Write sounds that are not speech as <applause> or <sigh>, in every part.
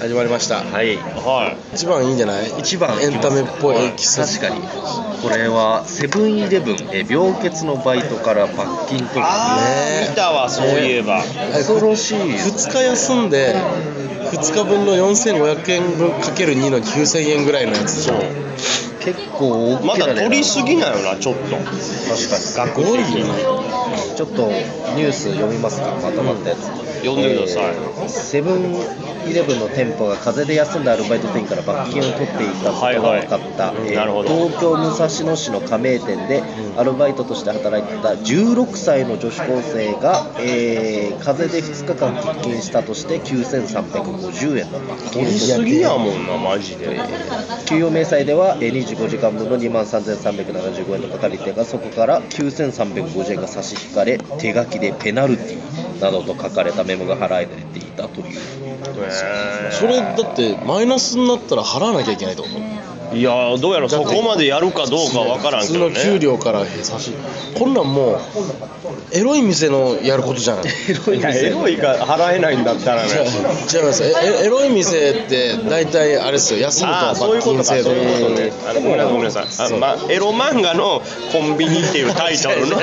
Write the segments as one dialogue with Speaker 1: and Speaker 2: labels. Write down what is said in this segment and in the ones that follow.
Speaker 1: 始まりました
Speaker 2: はい、
Speaker 3: はい。
Speaker 1: 一番いいんじゃない
Speaker 2: 一番
Speaker 1: エンタメっぽいエキス
Speaker 2: 確かにこれはセブンイレブンえ病欠のバイトから罰金取
Speaker 3: あ
Speaker 1: ねえ
Speaker 3: ー、見たわ、そういえば。
Speaker 2: 恐ろしい
Speaker 1: 2日休んで2日分の4500円分かける2の9000円ぐらいのやつでしょ
Speaker 2: 結構大
Speaker 3: ま
Speaker 2: きな
Speaker 3: だ取り
Speaker 2: 確
Speaker 3: すぎなよな、ちょっと。
Speaker 2: か
Speaker 3: 学校的に。
Speaker 2: にちょっとニュース読みますかまとまったやつ
Speaker 3: 読んでください。
Speaker 2: えーセブンイレブンの店舗が風邪で休んだアルバイト店員から罰金を取っていたことが分かった、
Speaker 3: はいはい
Speaker 2: えー
Speaker 3: なるほど
Speaker 2: 東京武蔵野市の加盟店でアルバイトとして働いてた16歳の女子高生が、えー風邪で2日間欠勤したとして9350円の罰金
Speaker 3: 取りすぎやもんな、マジで。
Speaker 2: 給与明細ではえー25時間分の2万3375円の係り手がそこから9350円が差し引かれ手書きでペナルティなどと書かれたメモが払えていたという
Speaker 1: それだってマイナスになったら払わなきゃいけないってこと
Speaker 3: いやー、どうやら
Speaker 1: だっ
Speaker 3: そ
Speaker 1: て
Speaker 3: こまでやるかどうかわからんけど
Speaker 1: 普通の給
Speaker 3: ね。
Speaker 1: 料から差しこんなんもうエロい店のやること
Speaker 3: <laughs>
Speaker 1: じゃん
Speaker 2: エロい
Speaker 3: いや
Speaker 2: 店
Speaker 3: エロいが払えないんだったらね。
Speaker 1: 違いますええエロい店って大体あれですよ休むと
Speaker 3: <laughs> ああ、そういう
Speaker 1: 罰
Speaker 3: こ
Speaker 1: 金
Speaker 3: とか、そう
Speaker 1: 制度
Speaker 3: いうことね。あのごめんなさい、ごめんなさい。あまエロ漫画のコンビニっていうタイトル <laughs> の。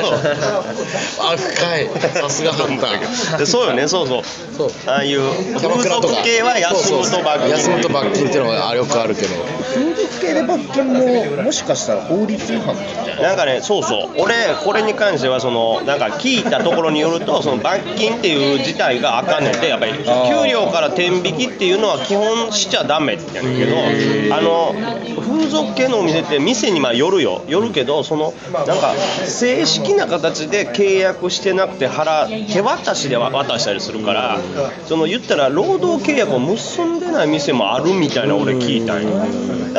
Speaker 1: あ深いさすがハンター
Speaker 3: でそうよね、そうそう。
Speaker 1: そう
Speaker 3: ああいう
Speaker 1: キャバ
Speaker 3: 風
Speaker 1: クラとか
Speaker 3: 俗系は休むと罰金。
Speaker 1: 休むと罰金っていうのはあよくあるけど
Speaker 2: 風俗系で罰金ももしかしたら法律違反じゃない
Speaker 3: なんかね、そうそう、俺、これに関してはその、なんか聞いたところによると、その罰金っていう事態があかんねんて、やっぱり、給
Speaker 2: あー
Speaker 3: 料から転引きっていうのは基本しちゃダメってやねんけど、あの風俗系のお店って、店にまあよるよ、よるけど、そのなんか、正式な形で契約してなくて払、手渡しで渡したりするから、その言ったら、労働契約を結んでない店もあるみたいな、俺、聞いたんよ。だか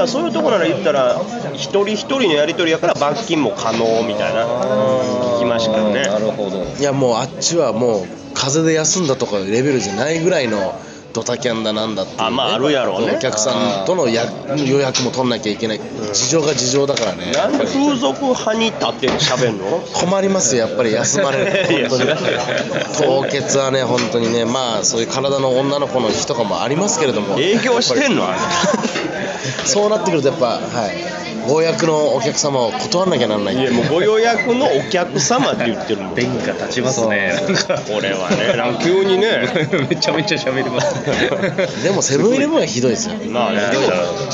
Speaker 3: らそういうところなら言ったら一人一人のやり取りやから罰金も可能みたいな聞きましたよね
Speaker 2: なるほど
Speaker 1: いやもうあっちはもう風邪で休んだとかいうレベルじゃないぐらいのドタキャンだなんだっていうね、
Speaker 3: あまああるやろうね
Speaker 1: お客さんとのや予約も取んなきゃいけない事情が事情だからね
Speaker 3: なんで風俗派に立って喋んの
Speaker 1: 困りますよやっぱり休ま <laughs> れる本当に
Speaker 3: いや知ら
Speaker 1: 凍結はね本当にねまあそういう体の女の子の日とかもありますけれども
Speaker 3: 営業してんのあれ
Speaker 1: そうなってくるとやっぱはいご予約のお客様を断らなきゃなんないって
Speaker 3: いやもうご予約のお客様って言ってるもん
Speaker 4: 電気が立ちますね。なんか
Speaker 3: 俺はねなんか急にね
Speaker 4: めちゃめちゃ喋ります。
Speaker 1: でもセブンイレブンはひどいですよ
Speaker 3: まあね、でも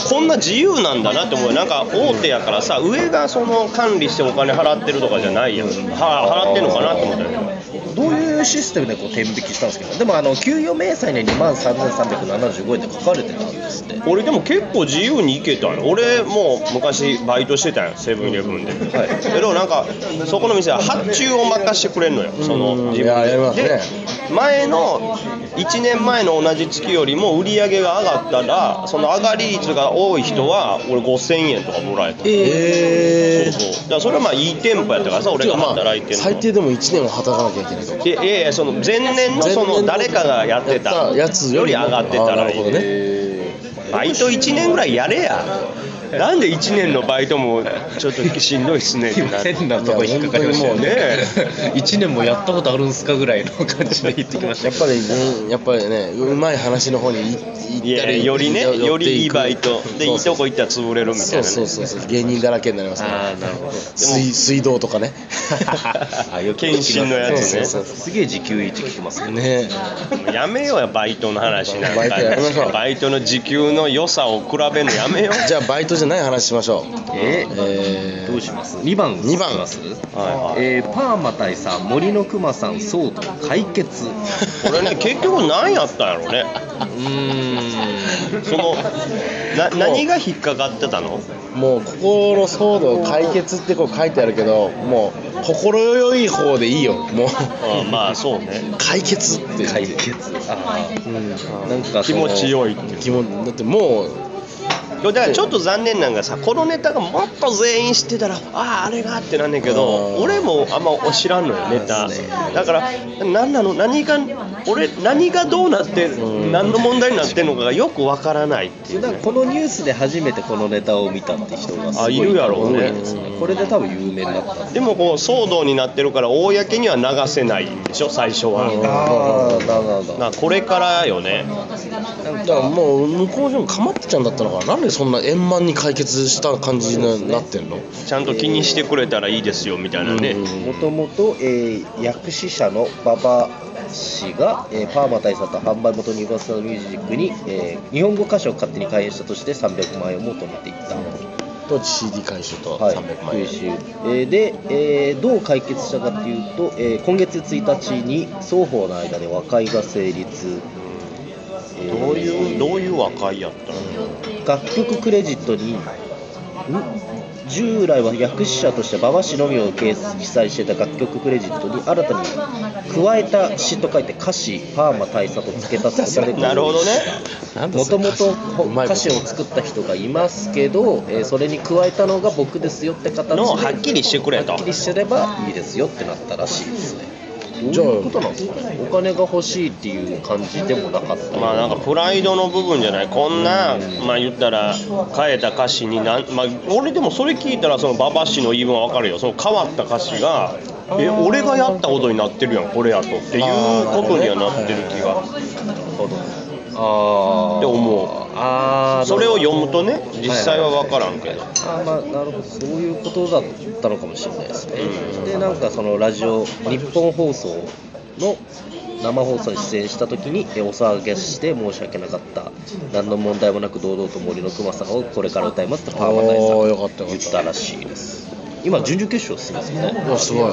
Speaker 3: こんな自由なんだなって思うなんか大手やからさ上がその管理してお金払ってるとかじゃないやんは払ってんのかなって思ったけど
Speaker 2: どういうシステムでこう転引きしたんですけどでもあの給与明細に2万3375円って書かれてたんですって
Speaker 3: 俺でも結構自由に行けたの俺もう昔バイトしてたんよセブンイレブンで、でもなんかそこの店は発注を任してくれんのよその自
Speaker 1: いややりま
Speaker 3: 分
Speaker 1: す
Speaker 3: で,、
Speaker 1: ね
Speaker 3: で前の1年前の同じ月よりも売り上げが上がったらその上がり率が多い人は俺5000円とかもらえた、
Speaker 1: ええ
Speaker 3: そうそうだからそれはまあいい店舗やったからさ俺が
Speaker 1: ま
Speaker 3: 働いて
Speaker 1: あ
Speaker 3: るの
Speaker 1: 最低でも1年は働かなきゃいけないと
Speaker 3: いやいやいやその前年のそ
Speaker 1: 前年
Speaker 3: の
Speaker 1: の
Speaker 3: 誰かがやって
Speaker 1: やったたやつよ
Speaker 3: よ
Speaker 1: り
Speaker 3: り上がってた
Speaker 1: あな
Speaker 3: ら
Speaker 1: る
Speaker 3: い
Speaker 1: ほ
Speaker 3: い
Speaker 1: どね
Speaker 3: バイト1年ぐらいやれやなんで1年のバイトもちょっとしんどいっす
Speaker 1: <laughs>
Speaker 3: ねってなる
Speaker 4: 変なとこ引っかかりましたよ
Speaker 3: いや
Speaker 4: ね。一年もやったことあるんすかぐらいの感じで言ってきました
Speaker 1: やっぱりねやっぱりねうまい話の方にい
Speaker 3: い
Speaker 1: 行った
Speaker 3: や
Speaker 1: り
Speaker 3: よりね
Speaker 1: 寄っていく
Speaker 3: よりいいバイトでいい
Speaker 1: そう
Speaker 3: とこ行ったら潰れるみた
Speaker 1: そ
Speaker 3: いうな
Speaker 1: そうそうそう芸人だらけになりますから
Speaker 4: ああ、なるほど。
Speaker 1: 水水道と
Speaker 3: <laughs>
Speaker 1: かね
Speaker 4: あよく聞き
Speaker 3: 検
Speaker 4: ます
Speaker 3: 診のや
Speaker 4: <laughs>
Speaker 3: つね
Speaker 1: そうそう
Speaker 4: すげえ時給1聞きますね。
Speaker 1: ね
Speaker 3: やめようやバイトの話なんか
Speaker 1: バイトやめましょう
Speaker 3: バイトの時給の良さを比べるのやめよう
Speaker 1: じゃあバイトじゃない話しましょう
Speaker 4: え
Speaker 1: え
Speaker 4: どう
Speaker 1: ー
Speaker 4: します2番
Speaker 1: 二番
Speaker 4: いきます、
Speaker 3: はいはい
Speaker 4: えーパーマ大佐森のくまさんソウと解決 <laughs> う
Speaker 3: これね結局何やったんやろうね
Speaker 4: ーん
Speaker 3: そのな何が引っかかってたの
Speaker 1: もうここの騒動解決ってこう書いてあるけどもう快い方でいいよもう
Speaker 3: あまあそうね
Speaker 1: 解決って
Speaker 4: 解決あー、うん、なんか
Speaker 3: 気持ち
Speaker 4: よ
Speaker 3: よいっていう
Speaker 1: 気もだってもう
Speaker 3: だからちょっと残念なんがさこのネタがもっと全員知ってたらあああれがってなんねんけ
Speaker 1: う
Speaker 3: ど
Speaker 1: ん
Speaker 3: 俺もあんま知らんのよネタだから何なの何が俺何がどうなって何の問題になってんのかがよくわからないっていう
Speaker 2: だからこのニュースで初めてこのネタを見たって人がすご
Speaker 3: あいるやろうね
Speaker 2: 多いですねこれで多分有名になった
Speaker 3: でもこう騒動になってるから公には流せないでしょ最初
Speaker 2: ああ
Speaker 3: は
Speaker 2: なるほど
Speaker 3: なこれからよね
Speaker 1: だからもう向こうの人もかまってちゃんだったのかななんでそんな円満に解決した感じになってんの
Speaker 3: ちゃんと気にしてくれたらいいですよみたいなね
Speaker 2: もともと、えー薬師社の馬場氏が、えーパーマ大佐と販売元に噂のミュージックに、えー日本語歌詞を勝手に開演したとして300万円を求めていった、
Speaker 1: と CD 回収と
Speaker 2: はい
Speaker 1: 300万円、
Speaker 2: 九州、えーで、えーどう解決したかっていうと、えー今月1日に双方の間で和解が成立、えー
Speaker 3: どういうどういう和解やったの
Speaker 2: 楽曲クレジットにん従来は役者として馬場氏のみを記載していた楽曲クレジットに新たに加えた詩と書いて歌詞パーマ大佐と付け足すことで
Speaker 3: <laughs> なるほどね
Speaker 2: もともと
Speaker 1: うまいこと
Speaker 2: 歌詞を作った人がいますけど、えーそれに加えたのが僕ですよって形で
Speaker 3: のをはっきりしてくれと
Speaker 2: はっきりしてればいいですよってなったらしいですね
Speaker 1: じゃあ
Speaker 2: どういうことなんですかねお金が欲しいっていう感じでもなかった
Speaker 3: まあなんかプライドの部分じゃないこんなまあ言ったら変えた歌詞になんまあ俺でもそれ聞いたらその馬場氏の言い分はわかるよその変わった歌詞がえ俺がやったことになってるやんこれやとっていうことにはなってる気が
Speaker 2: あ
Speaker 3: って思う
Speaker 2: あー
Speaker 3: それを読むとね実際はわからんけど
Speaker 2: あーまあなるほどそういうことだったのかもしれないですね、でなんかそのラジオ日本放送の生放送に出演した時にえお騒がせして申し訳なかった何の問題もなく堂々と森のくまさんをこれから歌いますとパーマ大
Speaker 1: おー
Speaker 2: 佐
Speaker 1: よか
Speaker 2: が
Speaker 1: ったよか
Speaker 2: 言
Speaker 1: った
Speaker 2: ったらしいです今準々決勝進んですよね
Speaker 1: うわすごい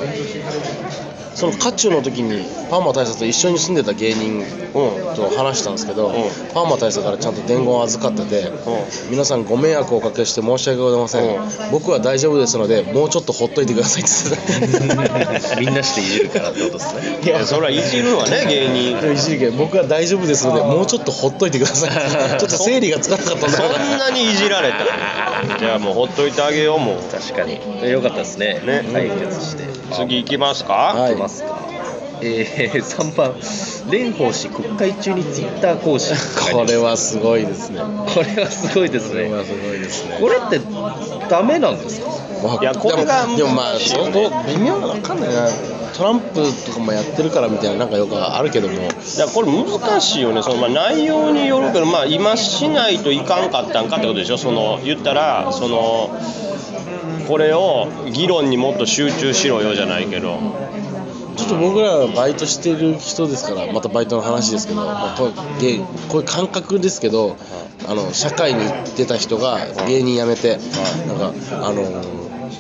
Speaker 1: その渦中の時にパーマ大佐と一緒に住んでた芸人と話したんですけど、パーマ大佐からちゃんと伝言を預かってて、皆さんご迷惑をおかけして申し訳ございません、僕は大丈夫ですのでもうちょっとほっといてくださいって言って <laughs> た
Speaker 2: <laughs> みんなしていじるからってことですね
Speaker 3: いやそれはいじるわ <laughs> ね芸人
Speaker 1: でも一時期僕は大丈夫ですのでもうちょっとほっといてください <laughs> ちょっと整理がつかなかったんだ
Speaker 3: そ
Speaker 1: け <laughs> ど
Speaker 3: んなにいじられた <laughs> じゃあもうほっといてあげようもう
Speaker 2: 確かにえよかったですね
Speaker 3: ね
Speaker 2: 解決して
Speaker 3: 次行きますか
Speaker 1: はい
Speaker 2: いますか、えー、3番蓮舫氏国会中にツイッター更新
Speaker 1: これはすごいですね
Speaker 2: これはすごいです
Speaker 1: これ
Speaker 2: ね
Speaker 1: はすごいですね
Speaker 2: これってダメなんですか
Speaker 1: わ
Speaker 3: いやこれが
Speaker 1: でもでもまあ
Speaker 3: 難しいよ
Speaker 1: そ
Speaker 3: ね
Speaker 1: こ微妙なのわかんないなトランプとかもやってるからみたいななんかよくあるけども
Speaker 3: だからこれ難しいよね、そのまあ、内容によるけど、まあ、今しないといかんかったんかってことでしょ、その言ったら、そのこれを議論にもっと集中しろよじゃないけど、
Speaker 1: ちょっと僕らバイトしてる人ですからまたバイトの話ですけど、まあ、こう芸こういう感覚ですけどあの社会に出た人が芸人辞めてなんかあの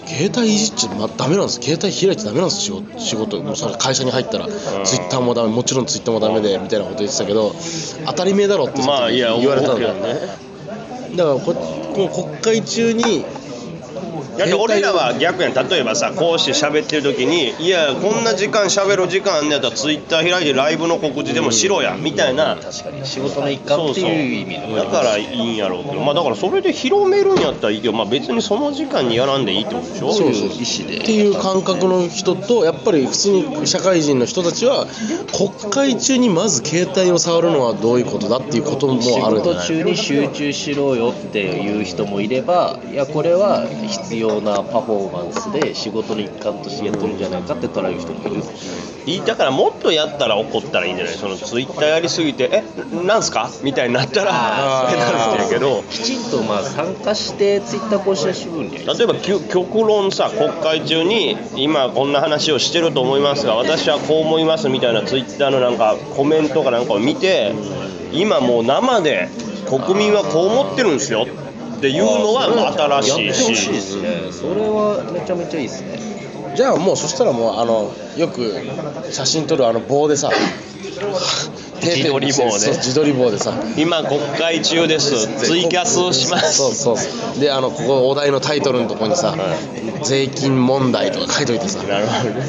Speaker 1: 携帯いじっちゃ、ま、ダメなんです携帯開いちゃダメなんです仕事仕事もうそれ会社に入ったらツイッターもダメもちろんツイッターもダメでみたいなこと言ってたけど当たり前だろって
Speaker 3: まあ、いや、
Speaker 1: 言われた
Speaker 3: 思
Speaker 1: ん
Speaker 3: う
Speaker 1: だ
Speaker 3: け
Speaker 1: よ
Speaker 3: どね。
Speaker 1: だからここの国会中に
Speaker 3: だって俺らは逆やん例えばさこうして喋ってる時にいやこんな時間喋る時間あんねやったらツイッター開いてライブの告知でもしろやみたいな
Speaker 2: 確かに仕事の一環っていう意味の
Speaker 3: だからいいんやろうけどまあだからそれで広めるんやったらいいけどまあ別にその時間にやらんでいいってことでしょ
Speaker 1: そう
Speaker 2: そう
Speaker 1: そう
Speaker 2: 意思で
Speaker 1: っていう感覚の人とやっぱり普通に社会人の人たちは国会中にまず携帯を触るのはどういうことだっていうことも
Speaker 2: 仕
Speaker 1: あるんじゃ
Speaker 2: 事
Speaker 1: ない
Speaker 2: 中に集中しろよっていう人もいればいやこれは必要なパフォーマンスで仕事の一環としてやってるんじゃないかって捉える人もいる
Speaker 3: いいだからもっとやったら怒ったらいいんじゃないそのツイッターやりすぎて「えなんすか?」みたいになったら
Speaker 1: あー
Speaker 3: ってなるんやけど
Speaker 2: きちんとまあ参加してツイッター更新する分には
Speaker 3: 例えばきゅ極論さ国会中に今こんな話をしてると思いますが私はこう思いますみたいなツイッターのなんかコメントかなんかを見て今もう生で国民はこう思ってるんですよっていうのは新しい
Speaker 2: やってほしいで
Speaker 3: し
Speaker 2: すねそれはめちゃめちゃいいですね
Speaker 1: じゃあもうそしたらもうあのよく写真撮るあの棒で <laughs> さ
Speaker 3: 自撮り棒ね
Speaker 1: そう自撮り棒でさ
Speaker 3: 今国会中ですツイキャスをしま
Speaker 1: そう
Speaker 3: す
Speaker 1: そうそうであのここお題のタイトルのとこにさ「税金問題」とか書いといてさ
Speaker 3: なるほどね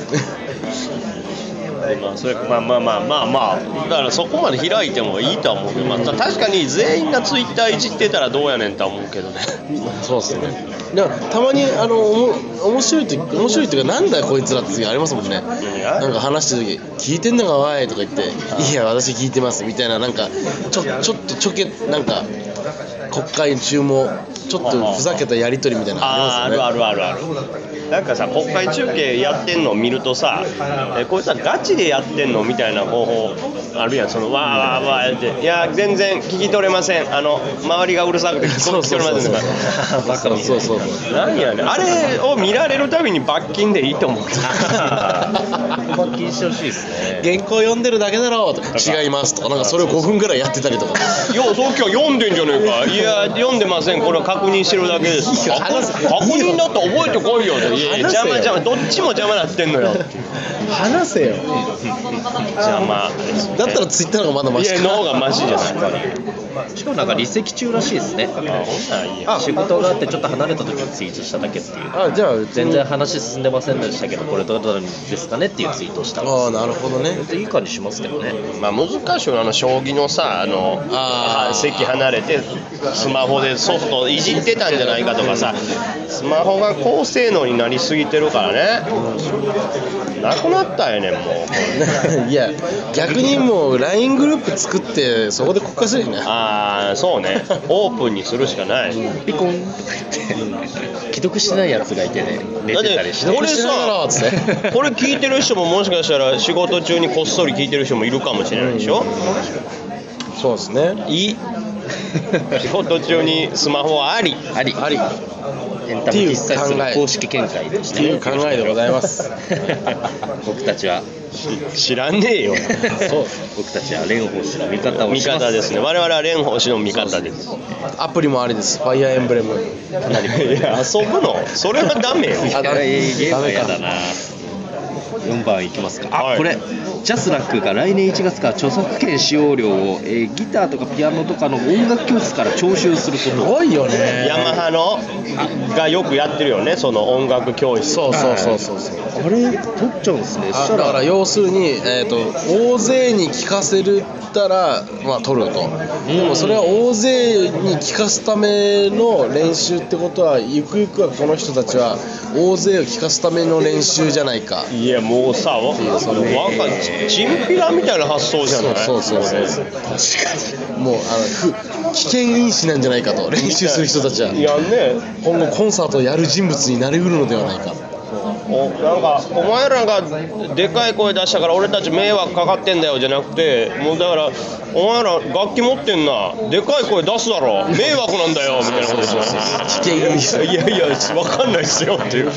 Speaker 3: でまあそれまあまあまあまあまあだからそこまで開いてもいいとは思うけど、まあ、た確かに全員がツイッターいじってたらどうやねんとは思うけどね
Speaker 1: そうっすねだからたまにあのおも面白いって面白いっていうかなんだよこいつらって時ありますもんねなんか話してる時「聞いてんのかわい」とか言って「いや私聞いてます」みたいななんかちょちょっとちょけなんか国会中もちょっとふざけたやり取りみたいなの
Speaker 3: あー
Speaker 1: あ
Speaker 3: あ
Speaker 1: りますよね
Speaker 3: るあるあるあるなんかさ国会中継やってんの見るとさえこいつはガチでやってんのみたいな方法あるやんそのわーわーわーっていや全然聞き取れませんあの周りがうるさくて聞こ聞き取れませんとか
Speaker 1: バカみたいなそうそうそう
Speaker 3: 何やねんあれを見られるたびに罰金でいいと思った <laughs>
Speaker 4: 罰金してほしいですね
Speaker 1: 原稿読んでるだけだろうとか違いますとかなんかそれを5分ぐらいやってたりとか
Speaker 3: ようそう今日読んでんじゃねえかいや読んでませんこれは確認してるだけです
Speaker 1: いや話せ
Speaker 3: 確認だって覚えてこいよっていやいや
Speaker 1: 話せよ
Speaker 3: 邪魔邪魔どっちも邪魔なってんのよっていう
Speaker 1: 話せよ
Speaker 3: 邪魔ですね
Speaker 1: だったらツイッターの方がまだマ
Speaker 3: い
Speaker 1: シ
Speaker 3: やの方がマシじゃないから
Speaker 2: しかもなんか離席中らしいですね
Speaker 3: あほんならいいや
Speaker 2: あ仕事があってちょっと離れた時にツイートしただけっていう
Speaker 1: あじゃあ別
Speaker 2: 全
Speaker 1: に
Speaker 2: 然話進んでませんでしたけどこれどうなんですかねっていうツイートをしたんです
Speaker 1: ああなるほどね
Speaker 2: 別にいい感じしますけどね
Speaker 3: まあ難しいよなあの将棋のさあの
Speaker 1: あー
Speaker 3: 席離れてスマホでソフトいじってたんじゃないかとかさスマホが高性能になりすぎてるからねなくなったよねんも
Speaker 1: <laughs>
Speaker 3: う
Speaker 1: いや逆にもう LINE グループ作ってそこで国家するね
Speaker 3: ああそうねオープンにするしかない
Speaker 2: ピコンとか言って既読してないやつがいてね寝てたりして
Speaker 3: だって
Speaker 1: 俺しながらっつって
Speaker 3: <laughs> これ聞いてる人ももしかしたら仕事中にこっそり聞いてる人もいるかもしれないでしょ
Speaker 1: そうですね
Speaker 3: いい仕事中にスマホはあり
Speaker 2: あり
Speaker 1: ありっ
Speaker 2: エンタメ喫茶室の公式見解として
Speaker 1: ていう考えでございます
Speaker 2: <laughs> 僕たちは
Speaker 3: 知らね
Speaker 1: <laughs>
Speaker 3: えよ
Speaker 1: そう
Speaker 2: 僕たちは蓮舫氏の味方を
Speaker 3: 味
Speaker 2: します
Speaker 3: 方ですね我々は蓮舫氏の味方です
Speaker 1: <laughs> アプリもありですファイアーエンブレム
Speaker 3: いや遊ぶのそれはダメよ
Speaker 1: <laughs> ダ
Speaker 2: あダ
Speaker 1: メ
Speaker 2: メゲームは嫌
Speaker 1: ダ
Speaker 2: だな4番いきますかあ、
Speaker 3: はい
Speaker 2: これジャスラックが来年1月から著作権使用料を、えーギターとかピアノとかの音楽教室から徴収する
Speaker 1: す
Speaker 2: こ
Speaker 1: ごいよね
Speaker 3: ヤマハのがよくやってるよねその音楽教室
Speaker 1: そうそうそうそうそう
Speaker 2: とこれ取っちゃうんですねそ
Speaker 1: あ
Speaker 2: した
Speaker 1: だからら要するに、えー、と大勢に聞かせるったら、まあ、取るとでもそれは大勢に聞かすための練習ってことはゆくゆくはこの人たちは大勢を聞かすための練習じゃないか
Speaker 3: いやもうさわ
Speaker 1: それ
Speaker 3: なんかチンピラみたいな発想じゃない
Speaker 1: そうそうそうそう確かにもうあのふ危険因子なんじゃないかと練習する人たちはい
Speaker 3: やね
Speaker 1: 今後コンサートをやる人物になりうるのではないか
Speaker 3: おなんかお前らがでかい声出したから俺たち迷惑かかってんだよじゃなくてもうだからお前ら楽器持ってんなでかい声出すだろ迷惑なんだよみたいなことです
Speaker 1: 危険因子
Speaker 3: いやいや分かんないっすよっていう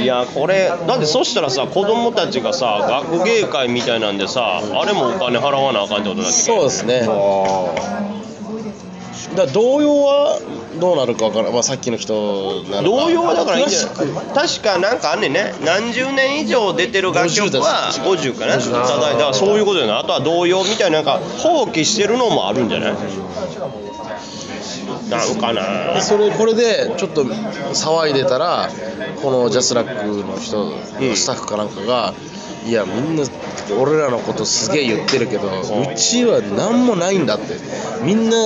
Speaker 3: いやこれだってそしたらさ子供たちがさ学芸会みたいなんでさあれもお金払わなあかんってことだって
Speaker 1: そうですねだから童謡はどうなるかわからない、まあ、さっきの人ならば
Speaker 3: 同様はだからいいんじゃ
Speaker 1: ク
Speaker 3: な
Speaker 1: ラ
Speaker 3: い
Speaker 1: シック
Speaker 3: 確かなんかあんねんね何十年以上出てる楽曲は50かなただだからそういうことやなあとは同様みたいななんか放棄してるのもあるんじゃないなんかな
Speaker 1: それこれでちょっと騒いでたらこのジャスラックの人、
Speaker 3: うん
Speaker 1: スタッフかなんかが「いやみんな俺らのことすげえ言ってるけどうちは何もないんだ」ってみんな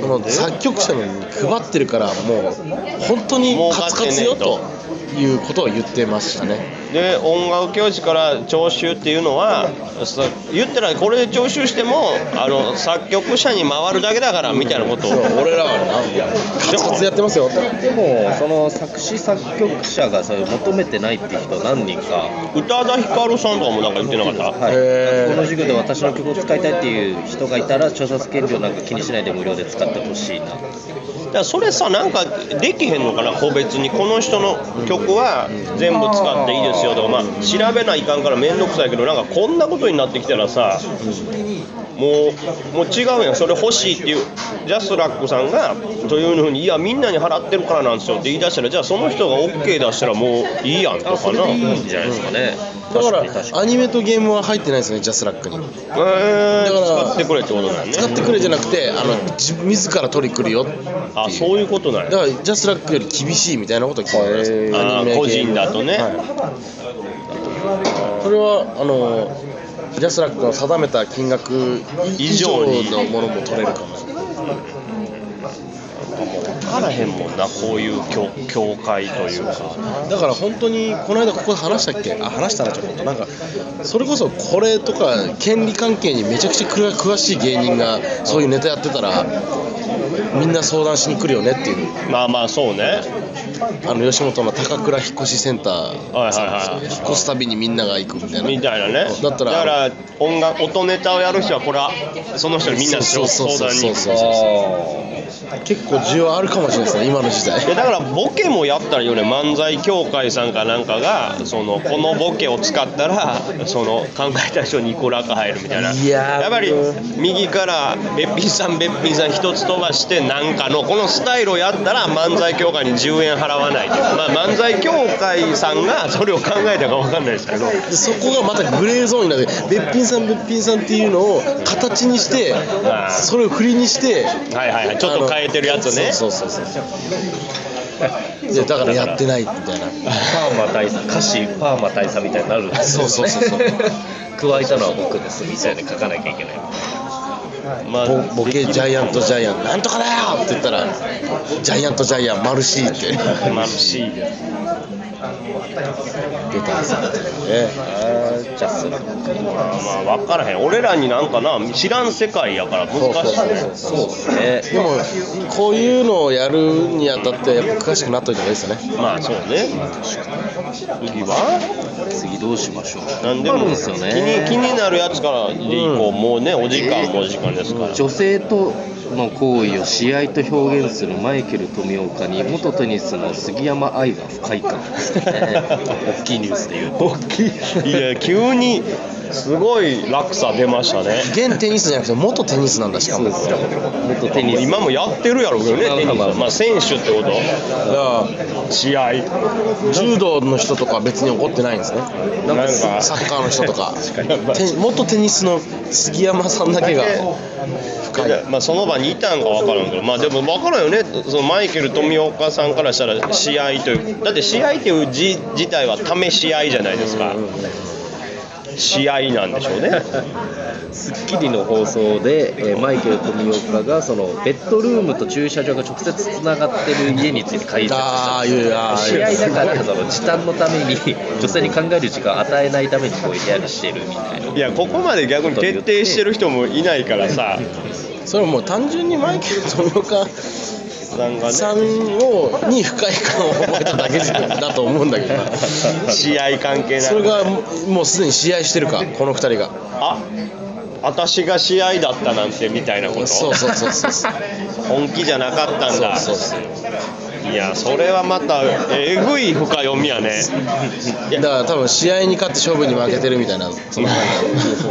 Speaker 1: その作曲者のに配ってるからもう本当にカツカツよということを言ってましたね
Speaker 3: で音楽教師から徴収っていうのはさ言ったらこれで徴収してもあの作曲者に回るだけだからみたいなことを
Speaker 1: 俺らはなカツカツやってますよと
Speaker 2: でもその作詞作曲者がそれ求めてないって人何人か
Speaker 3: 宇多田ヒカルさんとかもなんか言ってなかった
Speaker 2: はい、
Speaker 1: へー
Speaker 2: この授業で私の曲を使いたいっていう人がいたら著作権料なんか気にしないで無料で使ってほしいな
Speaker 3: だからそれさなんかできへんのかな個別にこの人の曲は全部使っていいですよとか、まあ、調べないかんから面倒くさいけどなんかこんなことになってきたらさもうもう違うやんそれ欲しいっていうジャスラックさんがというふうにいやみんなに払ってるからなんですよって言い出したらじゃあその人が OK 出したらもういいやんとかな。
Speaker 2: いいんじゃないですかね
Speaker 1: だか
Speaker 2: 確に確
Speaker 1: らアニメとゲームは入ってないですねジャスラックに
Speaker 3: えー
Speaker 1: だから
Speaker 3: 使ってくれってことなんね
Speaker 1: 使ってくれじゃなくてあの自自ら取り来るよ
Speaker 3: あそういうことなん
Speaker 1: だ
Speaker 3: や
Speaker 1: からジャスラックより厳しいみたいなことは聞いてます、
Speaker 3: あー個人だとね、
Speaker 1: はいそれはあのジャスラックの定めた金額以上のものも取れるかも
Speaker 3: 分からへんもんなこういう教教会というか
Speaker 1: だから本当にこの間ここで話したっけあ話したなちょっとなんかそれこそこれとか権利関係にめちゃくちゃ詳しい芸人がそういうネタやってたらみんな相談しに来るよねっていう
Speaker 3: まあまあそうね
Speaker 1: あの吉本の高倉引越しセンタ
Speaker 3: はい
Speaker 1: ー
Speaker 3: はいはい
Speaker 1: 引っ越すたびにみんなが行くみたいな
Speaker 3: みたいなね
Speaker 1: だったら
Speaker 3: から音楽音ネタをやる人はこれはその人にみんな
Speaker 1: そう
Speaker 3: 相
Speaker 1: そうそう
Speaker 3: 談に
Speaker 1: そ
Speaker 3: 行
Speaker 1: う
Speaker 3: く
Speaker 1: そう結構需要あるかもしれないですね今の時代
Speaker 3: いやだからボケもやったらいいよね漫才協会さんかなんかがそのこのボケを使ったらその考えた人にいくらか入るみたいない
Speaker 1: やー
Speaker 3: っぱり
Speaker 1: もう
Speaker 3: 右からべっぴんさんべっぴんさん一つ飛ばしてなんかのこのスタイルをやったら漫才協会に10円払わないという、まあ、漫才協会さんがそれを考えたか分かんないですけど
Speaker 1: でそこがまたグレーゾーンになってべっぴんさんべっぴんさんっていうのを形にして
Speaker 3: あー
Speaker 1: それを振りにして
Speaker 3: はいはいはいちょっと変えてるやつね
Speaker 1: そうそうそうそういやだからやってないみたいな
Speaker 2: パーマ大佐歌詞パーマ大佐みたいになるんですよね
Speaker 1: そうそうそうそう
Speaker 2: 加えたのは僕ですみたいに書かなきゃいけない
Speaker 3: まあ
Speaker 1: ボボケジャイアントジャイアンなんとかだよって言ったらジャイアントジャイアンマルシーって出
Speaker 3: まあし
Speaker 1: たんですよね
Speaker 2: あージャスラック
Speaker 3: まあ分からへん俺らになんかな知らん世界やから難しいね
Speaker 2: そうですね
Speaker 1: でもこういうのをやるにあたってやっぱ詳しくなっといた方がいいですよね
Speaker 3: まあそうね次は
Speaker 2: 次どうしましょう
Speaker 3: 何でも
Speaker 2: あるんです
Speaker 3: 気
Speaker 2: よ
Speaker 3: に
Speaker 2: ね
Speaker 3: 気になるやつからで以降、もうねお時間もお時間ですから
Speaker 2: 女性との行為を試合と表現するマイケル富岡に元テニスの杉山愛が不快 <laughs> 感ですね大きいニュースで言うと大きい
Speaker 3: いや急にすごい落差出ましたね
Speaker 1: 現テニスじゃなくて元テニスなんだしか
Speaker 2: そう
Speaker 1: も
Speaker 2: ですよ元テニス
Speaker 3: 今もやってるやろうけどねテニスはまあ選手ってこと
Speaker 1: だか
Speaker 3: 試合
Speaker 1: ら柔道の人とかは別に怒ってないんですね
Speaker 3: なんか
Speaker 1: サッカーの人とか
Speaker 3: 確かに
Speaker 1: テ元テニスの杉山さんだけが深い
Speaker 3: でまあ、その場にいたんか分からんけど、まあ、でも分からんよね、そのマイケル富岡さんからしたら、試合という、だって試合という字自体は試し合いじゃないですか、試合なんでしょう <laughs> ね。
Speaker 2: 『スッキリ』の放送で、えーマイケル富岡がそのベッドルームと駐車場が直接つながってる家について解説した
Speaker 1: ああいうああい
Speaker 2: 試合
Speaker 1: う
Speaker 2: だからその時短のために女性に考える時間を与えないためにこう部屋にしてるみたいない
Speaker 3: や、ここまで逆に徹底してる人もいないからさ、
Speaker 1: それはもう単純にマイケル富岡
Speaker 3: さんがね
Speaker 1: さんをに不快感を覚えただけじゃだと思うんだけどな
Speaker 3: 試合関係な
Speaker 1: それ
Speaker 3: く、
Speaker 1: がもうもうすでに試合してるかこの2人が
Speaker 3: あ私が試合だったなんてみたいなこと、
Speaker 1: そうそうそうそうそう
Speaker 3: 本気じゃなかったんだ。
Speaker 1: そうそう
Speaker 3: いや、それはまた、えぐい深読みや <laughs> ね。
Speaker 1: だから多分試合に勝って勝負に負けてるみたいなその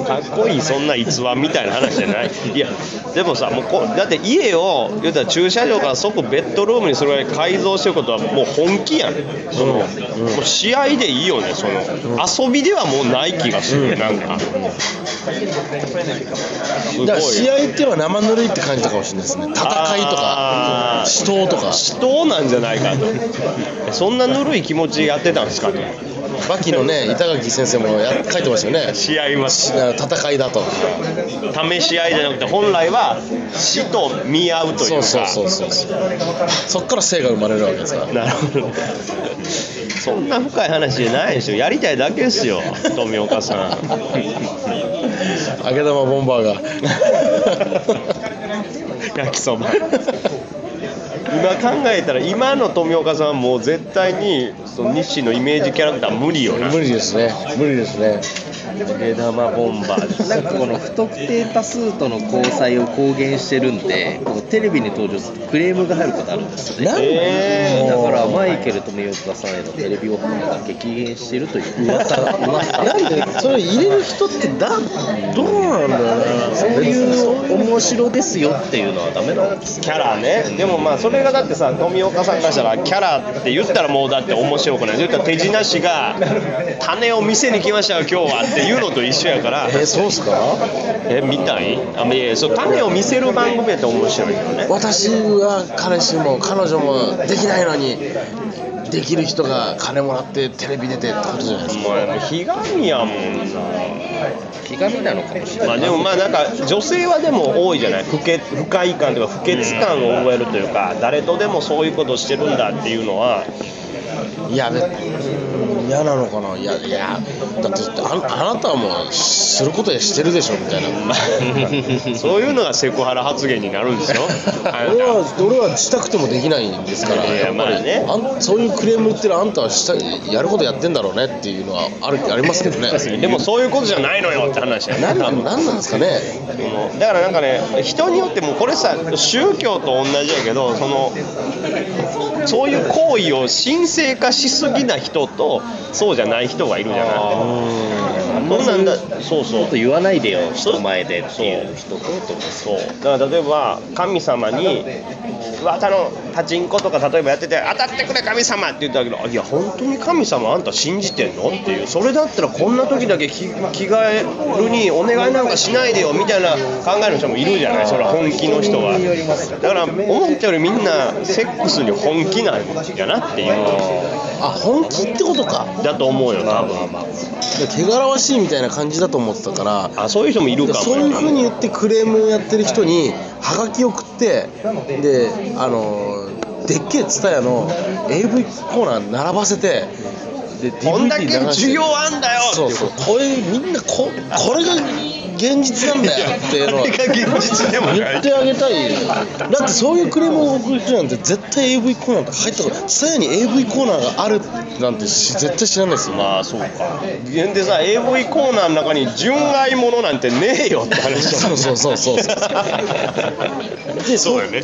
Speaker 3: かっこいいそんな逸話みたいな話じゃないいやでもさもうこうだって家を言うたら駐車場から即ベッドルームにそれぐらい改造してることはもう本気やんその、もう試合でいいよねその、遊びではもうない気がする、なんかすごい
Speaker 1: だから試合っていうのは生ぬるいって感じたかもしれないですね戦いとか
Speaker 3: あー
Speaker 1: 死闘とか
Speaker 3: 死闘なんじゃないかとそんなぬるい気持ちでやってたんですかと
Speaker 1: バキのね <laughs> 板垣先生もや書いてましたよね
Speaker 3: 試合は
Speaker 1: し戦いだと
Speaker 3: 試し合いじゃなくて本来は死と見合うという
Speaker 1: そ
Speaker 3: か
Speaker 1: うそうそうそうそっから性が生まれるわけですから
Speaker 3: なるほどそんな深い話じゃないですよやりたいだけですよ富岡さん
Speaker 1: 揚げ玉ボンバー <laughs> が
Speaker 3: 焼きそば今考えたら今の富岡さんはもう絶対にその日誌のイメージキャラクター無理よな
Speaker 1: 無理ですね無理ですね
Speaker 3: 目玉ボンバー
Speaker 2: なんかこの不特定多数との交際を公言してるんでこうテレビに登場するとクレームが入ることあるんですよね
Speaker 1: なん
Speaker 3: え
Speaker 2: だからマイケル富岡さんへのテレビオファーが激減してるという噂噂
Speaker 1: なんでそれ入れる人ってだどうなんだろうな
Speaker 2: そういう面白ですよっていうのはダメなんです
Speaker 3: ーキャラねでもまあそれがだってさ富岡さんからしたらキャラって言ったらもうだって面白くない言ったら手品師が「種を見せに来ましたよ今日は」っていうのと一緒やから
Speaker 1: えそうっすか
Speaker 3: え見たいあいやいやそう種を見せる番組やったら面白いけどね
Speaker 1: 私は彼氏も彼女もできないのにできる人が金もらってテレビ出てってことじゃないですか
Speaker 3: お前もうひがみやもんな
Speaker 2: 気がみなのかもしれ
Speaker 3: ま
Speaker 2: な
Speaker 3: あ
Speaker 2: い
Speaker 3: でもまあなんか女性はでも多いじゃない不潔不快感というか不潔感を覚えるというか誰とでもそういうことしてるんだっていうのはい
Speaker 1: やべうん嫌なのかないやいやだってああなたはもうすることやしてるでしょみたいな
Speaker 3: <laughs> そういうのがセクハラ発言になるんですよ <laughs> あな
Speaker 1: 俺
Speaker 3: た
Speaker 1: は俺はしたくてもできないんですから
Speaker 3: いや
Speaker 1: やっぱり
Speaker 3: まあね
Speaker 1: あんそういうクレーム言ってるあんたはしたやることやってんだろうねっていうのはあるありますけどね
Speaker 3: でもそういうことじゃないのよって話だよね
Speaker 1: 何
Speaker 3: 多分
Speaker 1: なんなんですかね
Speaker 3: だからなんかね人によってもうこれさ宗教と同じやけどそのそういう行為を神聖化しすぎな人とそうじゃない人がいるじゃないこんなんだそうそう
Speaker 2: と言わないでよ人前でっていう人とと
Speaker 3: そうだから例えば神様に「あたのパチンコ」とか例えばやってて「当たってくれ神様」って言ったけど「いや本当に神様あんた信じてんの?」っていうそれだったらこんな時だけ着着替えるにお願いなんかしないでよみたいな考えの人もいるじゃないそれは本気の人はだから思ったよりみんなセックスに本気なんやなっていう
Speaker 1: あ本気ってことか
Speaker 3: だと思うよ多分
Speaker 1: 手柄わしいみたいな感じだと思ってたから
Speaker 3: あそういう人もいるかも
Speaker 1: そういうふうに言ってクレームをやってる人にハガキを送ってであのでっけえ蔦屋の AV コーナー並ばせてで DVD
Speaker 3: こんだけ
Speaker 1: 流して
Speaker 3: 需要あんだよ
Speaker 1: そうそうこれみんなここれが現実なんだよっていうのを
Speaker 3: これが現実でもない
Speaker 1: 言ってあげたいだってそういうクレームを送る人なんて絶対 AV コーナーが入ったことさらに AV コーナーがあるなんてし絶対知らないですよ
Speaker 3: まあそうかでさ AV コーナーの中に純愛ものなんてねえよ
Speaker 1: <laughs>
Speaker 3: って
Speaker 1: <laughs>
Speaker 3: 話
Speaker 1: そうそうそうそうそう
Speaker 3: で <laughs> そうよね
Speaker 1: で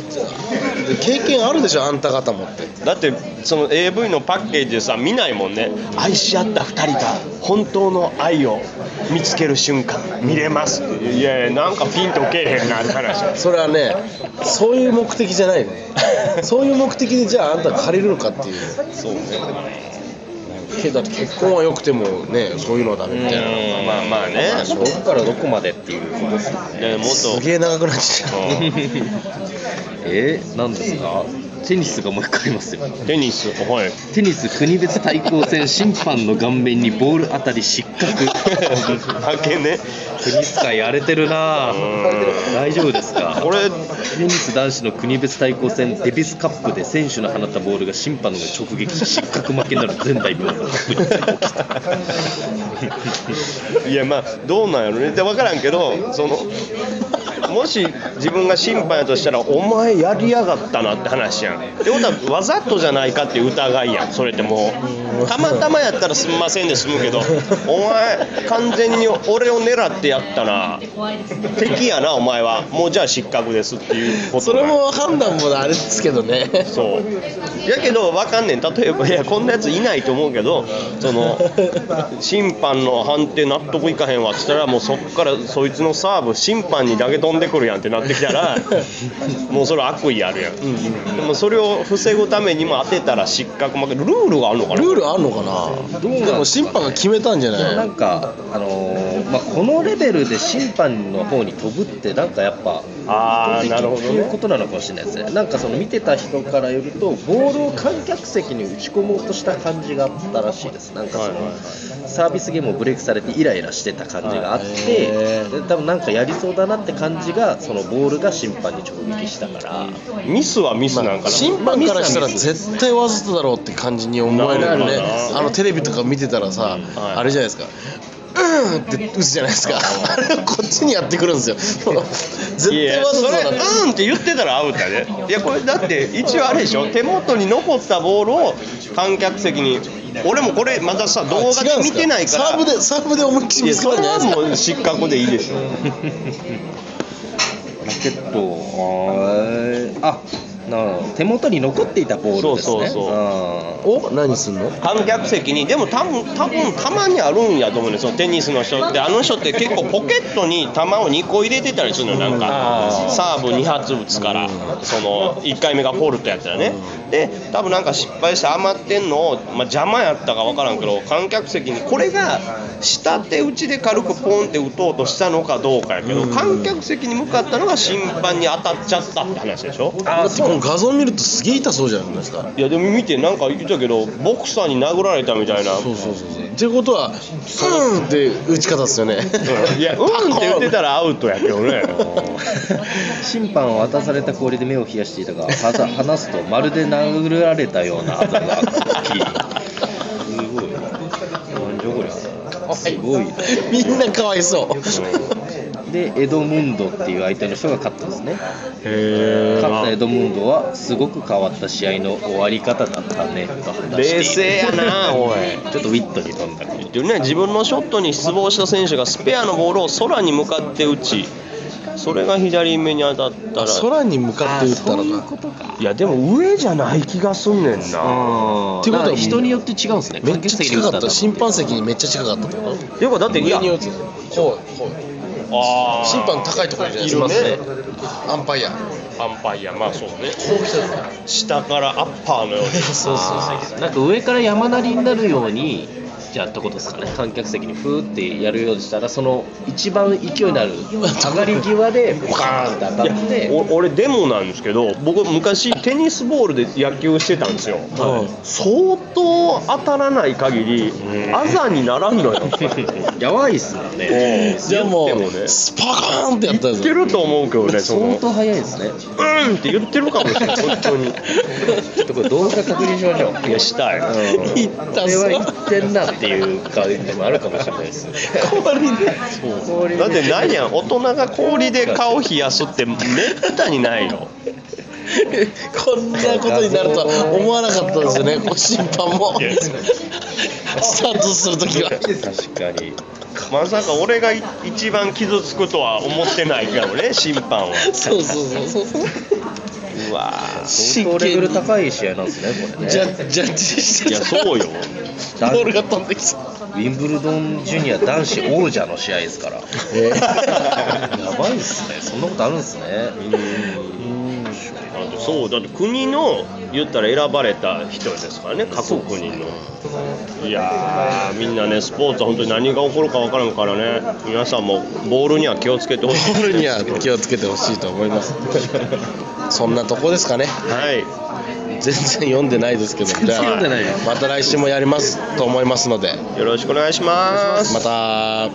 Speaker 1: 経験あるでしょあんた方もって
Speaker 3: だってその AV のパッケージでさ見ないもんね愛し合った2人が本当の愛を見つける瞬間見れますっていやいやなんかピンとけえへんなって話
Speaker 1: それはねそういう目的じゃないね
Speaker 3: <laughs>
Speaker 1: そういう目的でじゃああんた借りるのかっていう
Speaker 3: そうね
Speaker 1: けだって結婚は良くてもねそういうのはダメみたいな
Speaker 3: まあまあね
Speaker 2: どこからどこまでっていうことですよね
Speaker 3: でもっ
Speaker 1: すげえ長くなっちゃった
Speaker 2: えー、何ですかテニスがもう一回ありますよ
Speaker 3: とテニスはい
Speaker 2: テニス国別対抗戦審判の顔面にボール当たり失格
Speaker 3: だけね
Speaker 2: テニス界荒れてるな
Speaker 3: う
Speaker 2: 大丈夫ですか
Speaker 3: これ
Speaker 2: テニス男子の国別対抗戦デビスカップで選手の放ったボールが審判のが直撃し失格負けになる前代未聞のことに起きた
Speaker 3: いやまあどうなんやろねって分からんけどそのもし自分が審判やとしたらお前やりやがったなって話やんってことはわざとじゃないかっていう疑いやんそれってもうたまたまやったらすんませんで済むけどお前完全に俺を狙ってやったな敵やなお前はもうじゃあ失格ですっていうこと
Speaker 1: それも判断もあれですけどね
Speaker 3: そうやけど分かんねん例えばいやこんなやついないと思うけどその審判の判定納得いかへんわっつったらもうそっからそいつのサーブ審判にだけ飛んでくるやんってなってき
Speaker 1: <laughs>
Speaker 3: たらもうそれ悪意あるやん、でもそれを防ぐためにも当てたら失格負けルールがあるのかな
Speaker 1: ルールあんのかなでも審判が決めたんじゃ
Speaker 2: な
Speaker 1: ない
Speaker 2: んか、あのーまあ、このレベルで審判の方に飛ぶって、なんかやっぱ、
Speaker 3: あーなるほどね
Speaker 2: そういうことなのかもしれないですね、なんかその見てた人からよると、ボールを観客席に打ち込もうとした感じがあったらしいです、なんかその、
Speaker 3: はいはいは
Speaker 2: サービスゲームをブレイクされて、イライラしてた感じがあって、
Speaker 1: へ
Speaker 2: で多分なんかやりそうだなって感じが、そのボールが審判に直撃したから、
Speaker 3: ミスはミスなんかな、
Speaker 1: 審判からしたら絶対わざとだろうって感じに思えるよ
Speaker 3: な
Speaker 1: ね
Speaker 3: るほど
Speaker 1: あのテレビとか見てたらさ、
Speaker 3: はい
Speaker 1: あれじゃないですかうーんって打つじゃないですかあれをこっちにやってくるんですよ絶
Speaker 3: いや
Speaker 1: 対わざ
Speaker 3: そ
Speaker 1: と
Speaker 3: れ
Speaker 1: だな
Speaker 3: 「うん」って言ってたらアウトやでいやこれだって一応あれでしょ手元に残ったボールを観客席に俺もこれまたさ動画で見てないから
Speaker 1: サーブでサーブで思いっきり見
Speaker 3: いや
Speaker 1: つけ
Speaker 3: そ
Speaker 1: たん
Speaker 3: れ
Speaker 1: じゃ
Speaker 3: は
Speaker 1: ないですか
Speaker 3: もう失格でいいでしょ
Speaker 2: 結構、あなるほど手元に残っていたボールですね。
Speaker 3: そうそうそう
Speaker 2: あー
Speaker 1: お何すんの
Speaker 3: 観客席にでも多分多分たまにあるんやと思うねそのテニスの人ってあの人って結構ポケットに球を2個入れてたりするのなんかサーブ2発打つからその1回目がポルトやったらねで多分なんか失敗して余ってんのを、まあ、邪魔やったか分からんけど観客席にこれが下手打ちで軽くポンって打とうとしたのかどうかやけど観客席に向かったのが審判に当たっちゃったって話でしょ
Speaker 1: あ
Speaker 2: そう
Speaker 1: この画像見るとすげえ痛そうじゃないですか
Speaker 3: いやでも見てなんか言ってたけどボクサーに殴られたみたいな
Speaker 1: そうそうそうそうっていうことはうんって打ち方ですよね
Speaker 3: いやうんって言ってたらアウトやけどね
Speaker 2: 審判は渡された氷で目を冷やしていたがはざ話すとまるで殴られたようなあざが切りすごいなんじゃこりゃ
Speaker 1: <laughs>
Speaker 2: すごいな
Speaker 1: みんなかわいそう
Speaker 2: でエドムンドっていう相手の人が勝ったんですね勝ったエドムンドはすごく変わった試合の終わり方だったねと話して
Speaker 3: 冷静やなおい
Speaker 2: ちょっとウィットに飛んだ
Speaker 3: 言ってるね自分のショットに失望した選手がスペアのボールを空に向かって打ちそれが左目に当たったら
Speaker 1: 空に向かって打ったのか
Speaker 3: いやでも上じゃない気がすんねんな
Speaker 2: あ
Speaker 1: ってことは
Speaker 4: だから人によって違うんですね
Speaker 1: めっちゃ近か
Speaker 4: 関係性によ
Speaker 1: ってた
Speaker 4: は
Speaker 1: 審判席にめっちゃ近かったってこと
Speaker 3: ていうかだってい
Speaker 1: 上
Speaker 3: や
Speaker 1: に打つこうこう
Speaker 3: あー
Speaker 1: 審判高いところじゃないですか
Speaker 3: いるね
Speaker 1: アンパイア
Speaker 3: アンパイアまあそうね下からアッパーのように <laughs>
Speaker 1: そうそうそう
Speaker 4: なんか上から山なりになるようにやったことですかね観客席にふーってやるようにしたらその一番勢いのある上がり際でバーンって当たって
Speaker 3: お俺デモなんですけど僕昔テニスボールで野球してたんですよ、相当当たらない限りあざにならん <laughs> のよ
Speaker 2: やばいっすよね
Speaker 1: じゃあも
Speaker 3: 言っても
Speaker 1: う
Speaker 3: ね
Speaker 1: スパカーンってやったや
Speaker 3: 言って
Speaker 1: つ
Speaker 3: ると思うけどねその
Speaker 2: 相当早いですね
Speaker 3: うんって言ってるかもしれない本当に
Speaker 2: ちょっとこれ動画確認しましょう
Speaker 3: いやしたい
Speaker 1: いった
Speaker 2: こ
Speaker 1: っ
Speaker 2: れ
Speaker 1: す
Speaker 2: は
Speaker 1: よ
Speaker 2: 言ってんなっていう感じもあるかもしれないですよ氷
Speaker 3: だってないやん大人が氷で顔冷やすってめったにないよ
Speaker 1: こんなことになるとは思わなかったですよね <laughs> こう審判もスタートするときは
Speaker 2: 確かに
Speaker 3: まさか俺が一番傷つくとは思ってないけどね審判は
Speaker 1: そうそうそうそう
Speaker 3: うわ
Speaker 2: 相当レベル高い試合なんですねこれね
Speaker 1: ジャッジャッジし
Speaker 3: い
Speaker 1: て
Speaker 3: や
Speaker 1: た
Speaker 3: そうよ
Speaker 1: ボールが飛んできた
Speaker 2: ウィンブルドンジュニア男子王者の試合ですからやばいっすねそんなことあるんですね
Speaker 3: あとそうだって国の言ったら選ばれた人ですからね各国の、いやーみんなねスポーツは本当に何が起こるか分からんからね皆さんもボールには気をつけてほしい
Speaker 1: ボールには気をつけてほしいと思いますそんなとこですかね
Speaker 3: はい
Speaker 1: 全然読んでないですけど全
Speaker 3: 然読んでない
Speaker 1: また来週もやりますと思いますので
Speaker 3: よろしくお願いします
Speaker 1: また